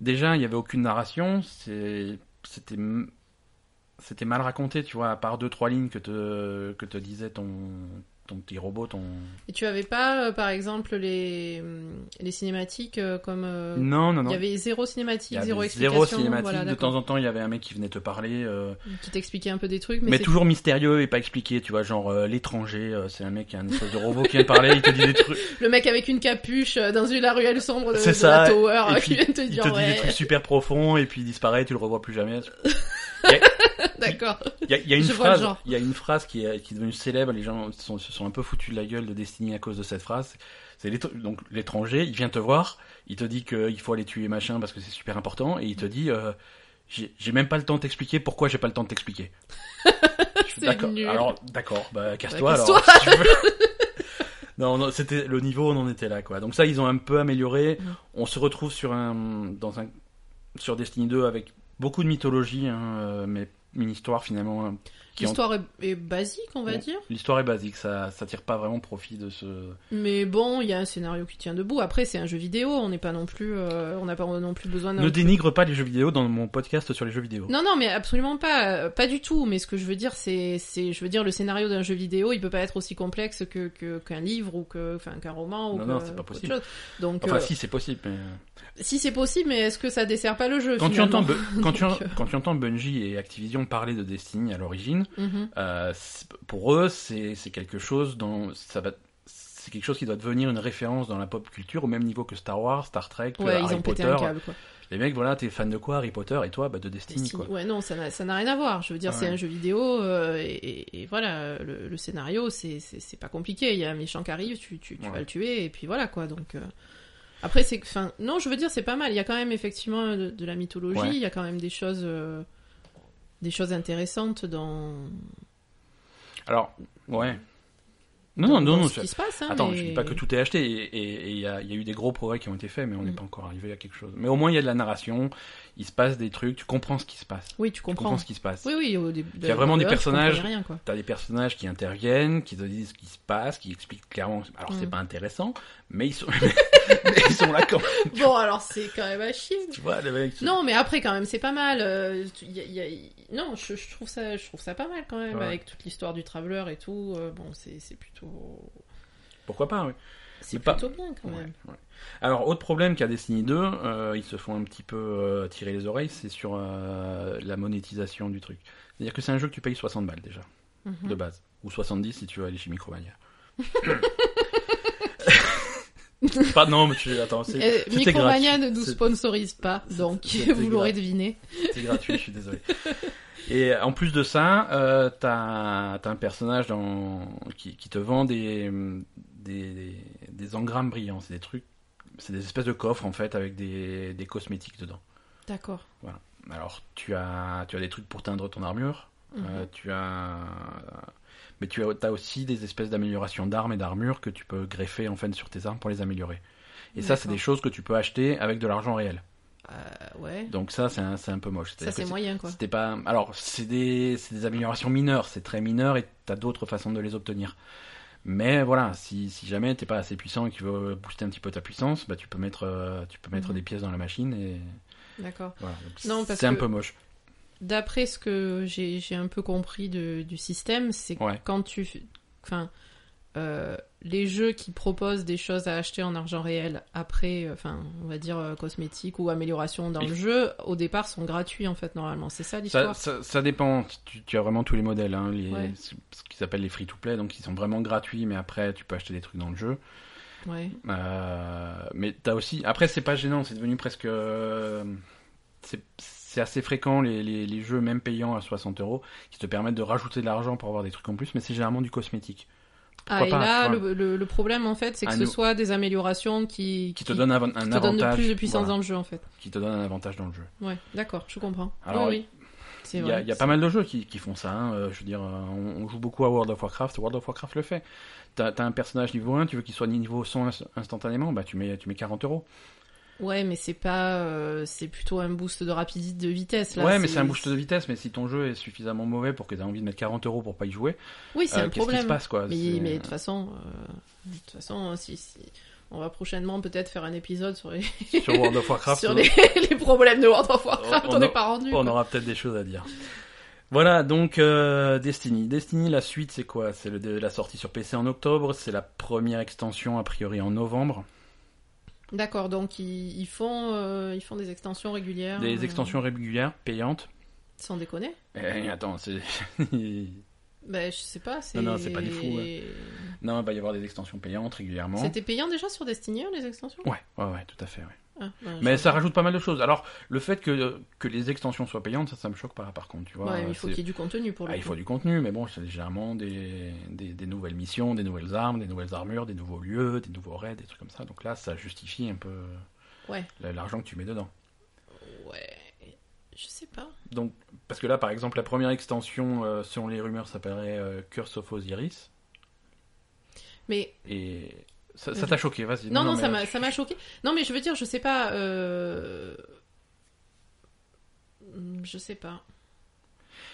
Speaker 1: Déjà, il n'y avait aucune narration, c'est- c'était m- c'était mal raconté, tu vois, à part deux trois lignes que te que te disait ton ton petit robot, ton
Speaker 2: et tu avais pas euh, par exemple les hum, les cinématiques euh, comme euh,
Speaker 1: non non
Speaker 2: il
Speaker 1: non.
Speaker 2: y avait zéro cinématique
Speaker 1: Il y avait
Speaker 2: zéro explication
Speaker 1: zéro cinématique.
Speaker 2: voilà,
Speaker 1: de
Speaker 2: d'accord.
Speaker 1: temps en temps, il y avait un mec qui venait te parler, euh,
Speaker 2: qui t'expliquait un peu des trucs mais,
Speaker 1: mais,
Speaker 2: c'est-
Speaker 1: toujours mystérieux et pas expliqué, tu vois, genre euh, l'étranger, euh, c'est un mec, un espèce de robot qui vient te parler, il te dit des trucs,
Speaker 2: le mec avec une capuche euh, dans une la ruelle sombre de,
Speaker 1: C'est
Speaker 2: de
Speaker 1: ça,
Speaker 2: la tower
Speaker 1: et
Speaker 2: euh,
Speaker 1: puis
Speaker 2: qui vient te
Speaker 1: il
Speaker 2: dire
Speaker 1: te dit des
Speaker 2: ouais
Speaker 1: trucs super profonds et puis il disparaît, tu le revois plus jamais.
Speaker 2: d'accord
Speaker 1: Il y a, il y a une
Speaker 2: Je vois le
Speaker 1: phrase,
Speaker 2: genre.
Speaker 1: il y a une phrase qui est, qui est devenue célèbre. Les gens se sont, se sont un peu foutus de la gueule de Destiny à cause de cette phrase. C'est l'étr- donc l'étranger, il vient te voir, il te dit qu'il faut aller tuer machin parce que c'est super important, et il te dit euh, j'ai j'ai même pas le temps de t'expliquer pourquoi j'ai pas le temps de t'expliquer. Je suis
Speaker 2: C'est
Speaker 1: d'accord.
Speaker 2: nul.
Speaker 1: Alors d'accord, bah casse-toi
Speaker 2: Bah,
Speaker 1: alors. si tu veux. non, non, c'était le niveau, on en était là quoi. Donc ça, ils ont un peu amélioré.
Speaker 2: Mm.
Speaker 1: On se retrouve sur un dans un sur Destiny 2 avec beaucoup de mythologie, hein, euh, mais une histoire finalement hein, qui en-
Speaker 2: l'histoire est, est basique on va
Speaker 1: Ouais.
Speaker 2: dire
Speaker 1: L'histoire est basique, ça, ça tire pas vraiment profit de ce.
Speaker 2: Mais bon, il y a un scénario qui tient debout. Après, c'est un jeu vidéo, on n'est pas non plus, euh, on n'a pas non plus besoin d'un.
Speaker 1: Ne dénigre pas les jeux vidéo dans mon podcast sur les jeux vidéo.
Speaker 2: Non, non, mais absolument pas, euh, pas du tout. Mais ce que je veux dire, c'est, c'est, je veux dire, le scénario d'un jeu vidéo, il peut pas être aussi complexe que, que- qu'un livre ou que, enfin, qu'un roman ou
Speaker 1: Non,
Speaker 2: que-
Speaker 1: non, c'est pas
Speaker 2: qu'autre
Speaker 1: possible.
Speaker 2: chose. Donc,
Speaker 1: Enfin,
Speaker 2: euh,
Speaker 1: si, c'est possible. Mais...
Speaker 2: si c'est possible, mais est-ce que ça dessert pas le jeu
Speaker 1: Quand, tu
Speaker 2: finalement
Speaker 1: entends, Bu- quand, tu,
Speaker 2: Donc, euh.
Speaker 1: quand tu entends Bungie et Activision parler de Destiny à l'origine,
Speaker 2: Mhm.
Speaker 1: euh, c'est- pour eux, c'est c'est quelque chose dans. Ça va... C'est quelque chose qui doit devenir une référence dans la pop culture au même niveau que Star Wars, Star Trek, que
Speaker 2: Ouais, ils
Speaker 1: Harry
Speaker 2: ont pété
Speaker 1: Potter.
Speaker 2: un câble, quoi.
Speaker 1: Les mecs, voilà, t'es fan de quoi Harry Potter et toi, bah de Destiny,
Speaker 2: Destiny.
Speaker 1: quoi. Ah
Speaker 2: Ouais, non, ça n'a, ça n'a rien à voir. Je veux dire,
Speaker 1: Ouais.
Speaker 2: c'est un jeu vidéo, euh, et, et- et voilà, le, le scénario, c'est, c'est, c'est pas compliqué. Il y a un méchant qui arrive, tu, tu, tu
Speaker 1: Ouais.
Speaker 2: vas le tuer, et puis voilà, quoi. Donc, euh, après, c'est, enfin, non, je veux dire, c'est pas mal. Il y a quand même effectivement de, de la mythologie,
Speaker 1: Ouais.
Speaker 2: il y a quand même des choses, euh, des choses intéressantes dans,
Speaker 1: Alors, ouais. Non,
Speaker 2: dans-
Speaker 1: non, non,
Speaker 2: dans
Speaker 1: non,
Speaker 2: ce qui se passe. hein,
Speaker 1: Attends,
Speaker 2: mais-
Speaker 1: je dis pas que tout est acheté, et- et et il y, a il y a eu des gros progrès qui ont été faits, mais on n'est
Speaker 2: Mm.
Speaker 1: pas encore arrivé à quelque chose. Mais au moins, il y a de la narration, il se passe des trucs, tu comprends ce qui se passe.
Speaker 2: Oui, tu
Speaker 1: Tu
Speaker 2: comprends.
Speaker 1: comprends ce qui se passe.
Speaker 2: Oui, oui. Au début,
Speaker 1: Il y a vraiment des
Speaker 2: tu comprenais
Speaker 1: personnages-
Speaker 2: Rien, quoi.
Speaker 1: T'as des personnages qui interviennent, qui te disent ce qui se passe, qui expliquent clairement. Alors, c'est
Speaker 2: Mm.
Speaker 1: pas intéressant, mais ils sont, mais ils sont là quand même,
Speaker 2: Bon, alors c'est quand même à chier.
Speaker 1: tu vois, les mecs.
Speaker 2: Non, mais après quand même, c'est pas mal. euh, tu- y a- y a- y- Non, je, je trouve ça, je trouve ça pas mal quand même
Speaker 1: Ouais.
Speaker 2: avec toute l'histoire du traveler et tout. euh, bon, c'est c'est plutôt.
Speaker 1: Pourquoi pas, oui.
Speaker 2: C'est
Speaker 1: Mais pas-
Speaker 2: plutôt bien quand
Speaker 1: Ouais,
Speaker 2: même.
Speaker 1: ouais. Alors, autre problème qu'a Destiny 2, euh, ils se font un petit peu euh, tirer les oreilles, c'est sur euh, la monétisation du truc. C'est-à-dire que c'est un jeu que tu payes 60 balles déjà,
Speaker 2: Mhm.
Speaker 1: de base. Ou 70 si tu veux aller chez Micromania. pas non, mais tu. Attends, c'est
Speaker 2: Euh,
Speaker 1: c'était
Speaker 2: Micromania
Speaker 1: gratuit.
Speaker 2: ne nous
Speaker 1: C'est-
Speaker 2: sponsorise pas, donc
Speaker 1: c'était
Speaker 2: vous l'aurez deviné.
Speaker 1: C'est gratuit, je suis désolé. Et en plus de ça, euh, t'as t'as un personnage dans, qui, qui te vend des, des, des engrammes brillants. C'est des trucs, c'est des espèces de coffres en fait avec des, des cosmétiques dedans.
Speaker 2: D'accord.
Speaker 1: Alors tu as, tu as des trucs pour teindre ton armure.
Speaker 2: Mhm.
Speaker 1: euh, tu as, mais tu as, t'as aussi des espèces d'améliorations d'armes et d'armures que tu peux greffer en fait sur tes armes pour les améliorer. Et ça, c'est
Speaker 2: D'accord.
Speaker 1: des choses que tu peux acheter avec de l'argent réel.
Speaker 2: Euh, ouais.
Speaker 1: Donc ça, c'est un, c'est un peu moche.
Speaker 2: Ça
Speaker 1: C'est-à-dire que
Speaker 2: c'est moyen quoi.
Speaker 1: C'était pas. Alors, c'est des, c'est des améliorations mineures, c'est très mineur et t'as d'autres façons de les obtenir. Mais voilà, si, si jamais t'es pas assez puissant et que tu veux booster un petit peu ta puissance, bah tu peux mettre, euh, tu peux mettre
Speaker 2: Mhm.
Speaker 1: des pièces dans la machine et
Speaker 2: D'accord.
Speaker 1: voilà. Donc,
Speaker 2: Non, parce
Speaker 1: c'est un
Speaker 2: que-
Speaker 1: peu moche.
Speaker 2: D'après ce que j'ai j'ai un peu compris de- du système, c'est que
Speaker 1: Ouais.
Speaker 2: quand tu. Enfin, euh, les jeux qui proposent des choses à acheter en argent réel après, euh, enfin, on va dire euh, cosmétiques ou améliorations dans
Speaker 1: Il-
Speaker 2: le jeu, au départ sont gratuits en fait, normalement. C'est ça
Speaker 1: Ça,
Speaker 2: l'histoire
Speaker 1: ça, ça dépend. Tu, tu as vraiment tous les modèles, hein, les,
Speaker 2: Ouais.
Speaker 1: ce ce qu'ils appellent les free to play, donc ils sont vraiment gratuits, mais après tu peux acheter des trucs dans le jeu.
Speaker 2: Ouais.
Speaker 1: Euh, mais t'as aussi. Après, c'est pas gênant, c'est devenu presque. euh, c'est- C'est assez fréquent les, les, les jeux, même payants à 60 euros, qui te permettent de rajouter de l'argent pour avoir des trucs en plus, mais c'est généralement du cosmétique.
Speaker 2: Ah, et
Speaker 1: pas,
Speaker 2: là,
Speaker 1: tu vois.
Speaker 2: le, le- le problème en fait, c'est que
Speaker 1: Ah,
Speaker 2: ce
Speaker 1: nous-
Speaker 2: soit des améliorations qui.
Speaker 1: Qui te donne un, un
Speaker 2: qui te donnent
Speaker 1: avantage.
Speaker 2: plus de puissance
Speaker 1: voilà,
Speaker 2: dans le jeu en fait.
Speaker 1: Qui te donne un avantage dans le jeu.
Speaker 2: Ouais, d'accord, je comprends.
Speaker 1: Alors,
Speaker 2: oui, oui. C'est
Speaker 1: Il y a,
Speaker 2: vrai.
Speaker 1: il y a pas mal de jeux qui, qui font ça. hein, euh, je veux dire, euh, on, on joue beaucoup à World of Warcraft. World of Warcraft le fait. T'as t'as un personnage niveau 1, tu veux qu'il soit niveau 100 ins- instantanément, bah tu mets, tu mets 40 euros.
Speaker 2: Ouais, mais c'est pas. euh, c'est plutôt un boost de rapidité, de vitesse là.
Speaker 1: Ouais, mais c'est un boost de vitesse. Mais si ton jeu est suffisamment mauvais pour que t'aies envie de mettre 40 euros pour pas y jouer,
Speaker 2: Oui,
Speaker 1: Euh,
Speaker 2: c'est un
Speaker 1: Qu'est-ce qui se
Speaker 2: problème.
Speaker 1: passe quoi
Speaker 2: Mais
Speaker 1: C'est-
Speaker 2: mais de toute façon, euh, de toute façon, hein, si, si- on va prochainement peut-être faire un épisode sur les,
Speaker 1: Sur World of Warcraft,
Speaker 2: sur les, les problèmes de World of Warcraft.
Speaker 1: On-
Speaker 2: On
Speaker 1: on
Speaker 2: n'est
Speaker 1: a-
Speaker 2: pas rendu.
Speaker 1: on
Speaker 2: quoi.
Speaker 1: aura peut-être des choses à dire. Voilà, donc euh, Destiny. Destiny, la suite, c'est quoi C'est le- de- la sortie sur PC en octobre, c'est la première extension a priori en novembre.
Speaker 2: D'accord, donc ils, ils font, euh, ils font des extensions régulières.
Speaker 1: Des
Speaker 2: euh,
Speaker 1: extensions régulières, payantes.
Speaker 2: Sans déconner.
Speaker 1: Eh, attends, c'est...
Speaker 2: Ben je sais pas. c'est-
Speaker 1: Non, non, c'est pas des fous, non, il va y avoir des extensions payantes régulièrement.
Speaker 2: C'était payant déjà sur Destiny hein, les extensions.
Speaker 1: Ouais, ouais, ouais, tout à fait. ouais.
Speaker 2: Ah, ouais,
Speaker 1: Mais
Speaker 2: je-
Speaker 1: ça rajoute pas mal de choses. Alors, le fait que, que les extensions soient payantes, ça, ça me choque pas, par contre, tu vois.
Speaker 2: Ouais, mais il faut
Speaker 1: c'est-
Speaker 2: qu'il y ait du contenu pour le.
Speaker 1: Ah, il
Speaker 2: coup.
Speaker 1: faut du contenu, mais bon, c'est généralement des, des, des nouvelles missions, des nouvelles armes, des nouvelles armures, des nouveaux lieux, des nouveaux raids, des trucs comme ça. Donc là, ça justifie un peu
Speaker 2: Ouais.
Speaker 1: la- l'argent que tu mets dedans.
Speaker 2: Ouais. Je sais pas.
Speaker 1: Donc, parce que là, par exemple, la première extension, euh, selon les rumeurs, s'appellerait euh, Curse of Osiris.
Speaker 2: Mais
Speaker 1: Et ça ça t'a choqué, vas-y.
Speaker 2: Non, non, ça
Speaker 1: mais- euh,
Speaker 2: m'a ça m'a choqué. Non, mais je veux dire, je sais pas. Euh... hmm, Je sais pas.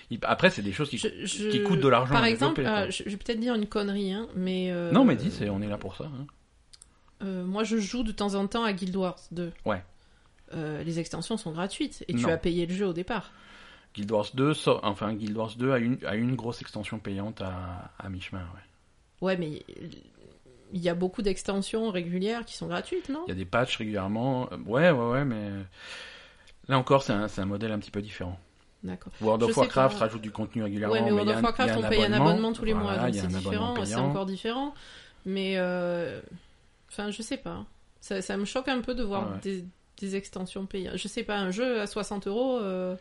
Speaker 1: Il- Après, c'est des choses qui,
Speaker 2: Je, je-
Speaker 1: qui coûtent de l'argent.
Speaker 2: Par
Speaker 1: à
Speaker 2: exemple,
Speaker 1: développer, quoi.
Speaker 2: euh, je, je vais peut-être dire une connerie, hein, mais. euh,
Speaker 1: Non, mais dis, c'est- on est là pour ça. hein.
Speaker 2: euh, moi, je joue de temps en temps à Guild Wars 2.
Speaker 1: Ouais.
Speaker 2: Euh, les extensions sont gratuites et tu
Speaker 1: Non.
Speaker 2: as payé le jeu au départ.
Speaker 1: Guild Wars 2, so- enfin, Guild Wars 2 a une, a une grosse extension payante à, à mi-chemin, ouais.
Speaker 2: Ouais, mais il y a beaucoup d'extensions régulières qui sont gratuites, non
Speaker 1: Il y a des patchs régulièrement. Euh, Ouais, ouais, ouais, mais là encore, c'est un, c'est un modèle un petit peu différent.
Speaker 2: D'accord.
Speaker 1: World
Speaker 2: Je
Speaker 1: of
Speaker 2: sais
Speaker 1: Warcraft
Speaker 2: pas.
Speaker 1: rajoute du contenu régulièrement.
Speaker 2: Ouais, mais World
Speaker 1: il y a
Speaker 2: of
Speaker 1: un- il
Speaker 2: Warcraft,
Speaker 1: y a
Speaker 2: on paye un abonnement tous les mois,
Speaker 1: Voilà,
Speaker 2: donc
Speaker 1: il y a
Speaker 2: c'est
Speaker 1: un abonnement
Speaker 2: différent, c'est
Speaker 1: payant.
Speaker 2: encore différent. Mais euh, enfin, je sais pas. Ça, ça me choque un peu de voir
Speaker 1: Ah ouais.
Speaker 2: des, des extensions payantes. Je sais pas, un jeu à 60 euros. euh,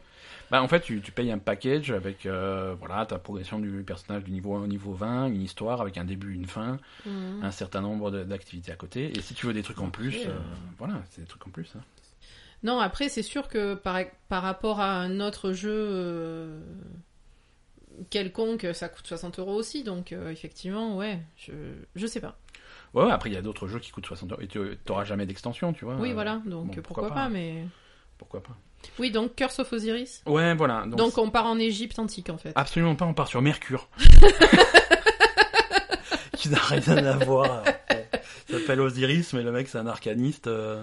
Speaker 1: Bah, en fait, tu, tu payes un package avec euh, voilà, ta progression du personnage du niveau 1 au niveau 20, une histoire avec un début, une fin,
Speaker 2: hmm.
Speaker 1: un certain nombre de- d'activités à côté. Et si tu veux des trucs en plus,
Speaker 2: euh,
Speaker 1: euh, voilà, c'est des trucs en plus. hein.
Speaker 2: Non, après, c'est sûr que par, par rapport à un autre jeu euh, quelconque, ça coûte 60 euros aussi. Donc, euh, effectivement, ouais, je, je sais pas.
Speaker 1: Ouais, ouais, après, il y a d'autres jeux qui coûtent 60 euros et tu n'auras jamais d'extension, tu vois.
Speaker 2: oui,
Speaker 1: euh,
Speaker 2: voilà, donc
Speaker 1: bon,
Speaker 2: pourquoi,
Speaker 1: pourquoi
Speaker 2: pas,
Speaker 1: pas.
Speaker 2: mais.
Speaker 1: Pourquoi pas.
Speaker 2: Oui, donc Curse of Osiris.
Speaker 1: Ouais, voilà. Donc, Ah,
Speaker 2: Donc, on part en Égypte antique en fait.
Speaker 1: Absolument pas, on part sur Mercure. Qui n'a rien à voir. Ça s'appelle Osiris, mais le mec c'est un arcaniste. euh,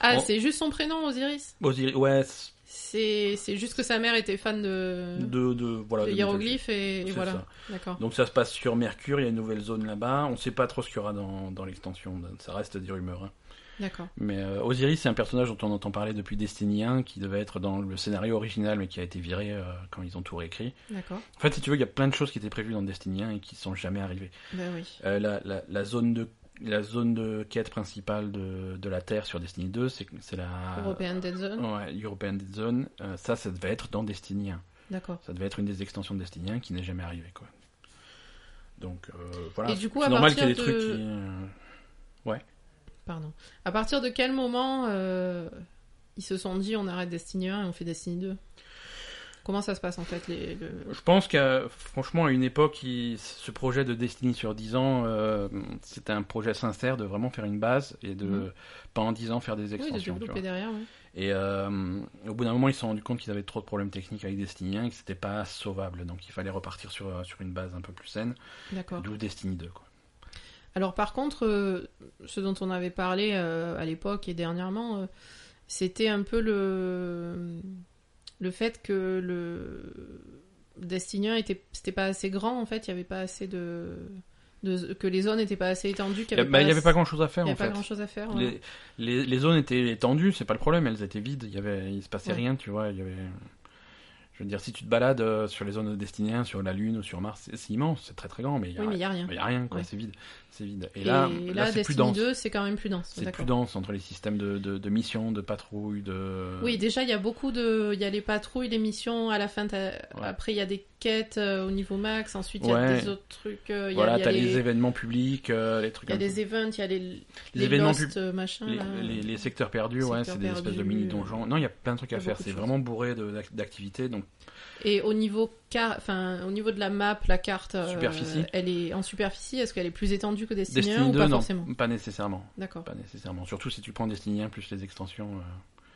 Speaker 2: ah,
Speaker 1: on-
Speaker 2: c'est juste son prénom, Osiris
Speaker 1: Osiris, ouais, c'est-
Speaker 2: C'est c'est juste que sa mère était fan de,
Speaker 1: de, de voilà
Speaker 2: de
Speaker 1: de
Speaker 2: hiéroglyphes et, et
Speaker 1: C'est
Speaker 2: voilà.
Speaker 1: ça.
Speaker 2: D'accord.
Speaker 1: Donc ça se passe sur Mercure, il y a une nouvelle zone là-bas. On sait pas trop ce qu'il y aura dans, dans l'extension, ça reste des rumeurs. hein.
Speaker 2: D'accord.
Speaker 1: Mais euh, Osiris, c'est un personnage dont on entend parler depuis Destiny 1, qui devait être dans le scénario original, mais qui a été viré euh, quand ils ont tout réécrit.
Speaker 2: D'accord.
Speaker 1: En fait, si tu veux, il y a plein de choses qui étaient prévues dans Destiny 1 et qui sont jamais arrivées.
Speaker 2: Ben oui.
Speaker 1: Euh, la, la- la zone de la zone de quête principale de, de la Terre sur Destiny 2, c'est c'est la
Speaker 2: Européenne Dead Zone.
Speaker 1: Euh, Ouais, European Dead Zone. Euh, ça, ça devait être dans Destiny 1.
Speaker 2: D'accord.
Speaker 1: Ça devait être une des extensions de Destiny 1 qui n'est jamais arrivée, quoi. Donc euh, voilà.
Speaker 2: Et du coup,
Speaker 1: c'est
Speaker 2: à
Speaker 1: normal qu'il y ait des
Speaker 2: partir
Speaker 1: trucs
Speaker 2: de-
Speaker 1: qui. euh,
Speaker 2: Pardon. À partir de quel moment euh, ils se sont dit on arrête Destiny 1 et on fait Destiny 2 Comment ça se passe en fait les, le-
Speaker 1: Je pense qu'à franchement à une époque, il- ce projet de Destiny sur 10 ans, euh, c'était un projet sincère de vraiment faire une base et de
Speaker 2: Mhm.
Speaker 1: pas en 10 ans faire des
Speaker 2: Oui, de
Speaker 1: extensions. tu vois.
Speaker 2: développer derrière. oui.
Speaker 1: Et euh, au bout d'un moment, ils se sont rendus compte qu'ils avaient trop de problèmes techniques avec Destiny 1 et que c'était pas sauvable. Donc il fallait repartir sur, euh, sur une base un peu plus saine,
Speaker 2: D'accord.
Speaker 1: d'où Destiny 2. Quoi.
Speaker 2: Alors par contre, euh, ce dont on avait parlé euh, à l'époque et dernièrement, euh, c'était un peu le le fait que le Destiny 1 était c'était pas assez grand en fait, il y avait pas assez de, de- que les zones n'étaient pas assez étendues, qu'il
Speaker 1: Il n'y avait,
Speaker 2: assez-
Speaker 1: pas grand chose à
Speaker 2: il
Speaker 1: faire
Speaker 2: y
Speaker 1: en
Speaker 2: avait pas
Speaker 1: fait.
Speaker 2: grand chose à faire. voilà.
Speaker 1: les, les, les zones étaient étendues, c'est pas le problème, elles étaient vides, il, y avait, il se passait
Speaker 2: Ouais.
Speaker 1: rien, tu vois. Il y avait... Je veux dire, si tu te balades euh, sur les zones de Destiny 1, sur la Lune ou sur Mars, c'est- c'est immense, c'est très très grand, mais il y a,
Speaker 2: Oui, mais il y a rien.
Speaker 1: il y a rien, quoi,
Speaker 2: Ouais.
Speaker 1: c'est vide. C'est vide. Et, là, là, c'est plus
Speaker 2: Destiny
Speaker 1: dense.
Speaker 2: 2, c'est quand même plus dense.
Speaker 1: C'est plus
Speaker 2: d'accord.
Speaker 1: dense entre les systèmes de, de, de missions, de patrouilles, de.
Speaker 2: Oui, déjà, il y a beaucoup de. Il y a les patrouilles, les missions, à la fin, t'as- après, il y a des quêtes euh, au niveau max, ensuite, il y a
Speaker 1: Ouais.
Speaker 2: des autres trucs. euh, Il y a-
Speaker 1: Voilà,
Speaker 2: il y a,
Speaker 1: t'as les...
Speaker 2: les,
Speaker 1: événements publics, euh, les trucs
Speaker 2: il y a
Speaker 1: un peu-
Speaker 2: les events, il y a les, les,
Speaker 1: Les événements
Speaker 2: Lost, euh, machin.
Speaker 1: les,
Speaker 2: là.
Speaker 1: les- les secteurs perdus, ouais,
Speaker 2: Secteurs
Speaker 1: c'est des espèces de
Speaker 2: perdus, euh,
Speaker 1: mini donjons. Non, il y a plein de trucs
Speaker 2: il y a
Speaker 1: à faire,
Speaker 2: beaucoup de
Speaker 1: c'est
Speaker 2: choses.
Speaker 1: vraiment bourré de- d'ac- d'activités, donc
Speaker 2: Et au niveau, car... enfin, au niveau de la map, la carte. euh,
Speaker 1: Superficie.
Speaker 2: elle est en superficie, est-ce qu'elle est plus étendue que Destiny, 1
Speaker 1: Destiny
Speaker 2: ou
Speaker 1: 2,
Speaker 2: pas
Speaker 1: non,
Speaker 2: forcément
Speaker 1: pas nécessairement.
Speaker 2: D'accord,
Speaker 1: Pas nécessairement. Surtout si tu prends Destiny 1 plus les extensions. euh,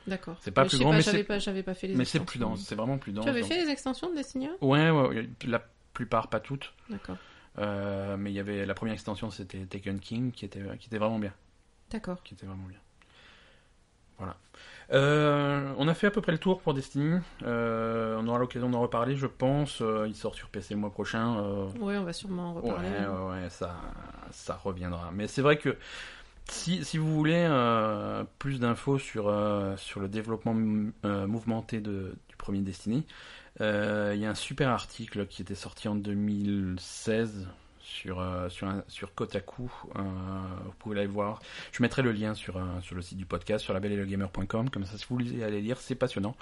Speaker 2: d'accord.
Speaker 1: C'est pas
Speaker 2: Mais
Speaker 1: plus
Speaker 2: je sais
Speaker 1: grand,
Speaker 2: pas,
Speaker 1: mais
Speaker 2: j'avais
Speaker 1: c'est-
Speaker 2: pas, j'avais pas fait les
Speaker 1: Mais c'est plus
Speaker 2: extensions.
Speaker 1: dense, c'est vraiment plus dense.
Speaker 2: Tu avais
Speaker 1: donc-
Speaker 2: fait les extensions de Destiny 1
Speaker 1: ouais, ouais, ouais, la plupart, pas toutes.
Speaker 2: D'accord,
Speaker 1: Euh, mais il y avait la première extension, c'était Taken King, qui était, qui était vraiment bien.
Speaker 2: d'accord.
Speaker 1: Qui était vraiment bien. Voilà. Euh, on a fait à peu près le tour pour Destiny. Euh, on aura l'occasion d'en reparler, je pense. Euh, il sort sur PC le mois prochain. euh,
Speaker 2: Oui, on va sûrement en
Speaker 1: Ouais,
Speaker 2: reparler.
Speaker 1: ouais, ouais, ça, ça reviendra. Mais c'est vrai que si, si vous voulez euh, plus d'infos sur, euh, sur le développement m- euh, mouvementé de, du premier Destiny, euh, il y a un super article qui était sorti en 2016 sur, euh, sur, un- sur Kotaku. euh, vous pouvez aller voir. Je mettrai le lien sur, euh, sur le site du podcast, sur labelleetlegamer.com. Comme ça, si vous voulez aller lire, c'est passionnant.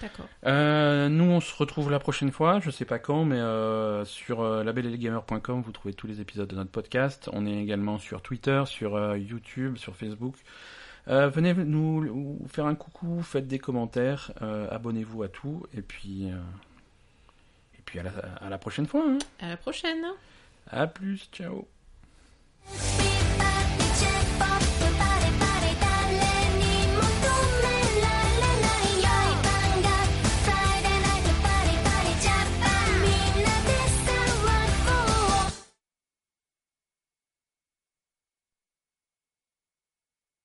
Speaker 2: D'accord.
Speaker 1: Euh, nous, on se retrouve la prochaine fois, je sais pas quand, mais euh, sur euh, labellegamer.com, vous trouvez tous les épisodes de notre podcast. On est également sur Twitter, sur euh, YouTube, sur Facebook. Euh, venez nous nous faire un coucou, faites des commentaires, euh, abonnez-vous à tout, et puis, euh, et puis à, la, à la prochaine fois. Hein.
Speaker 2: À la prochaine
Speaker 1: À plus, ciao.
Speaker 3: Beat that, chip up.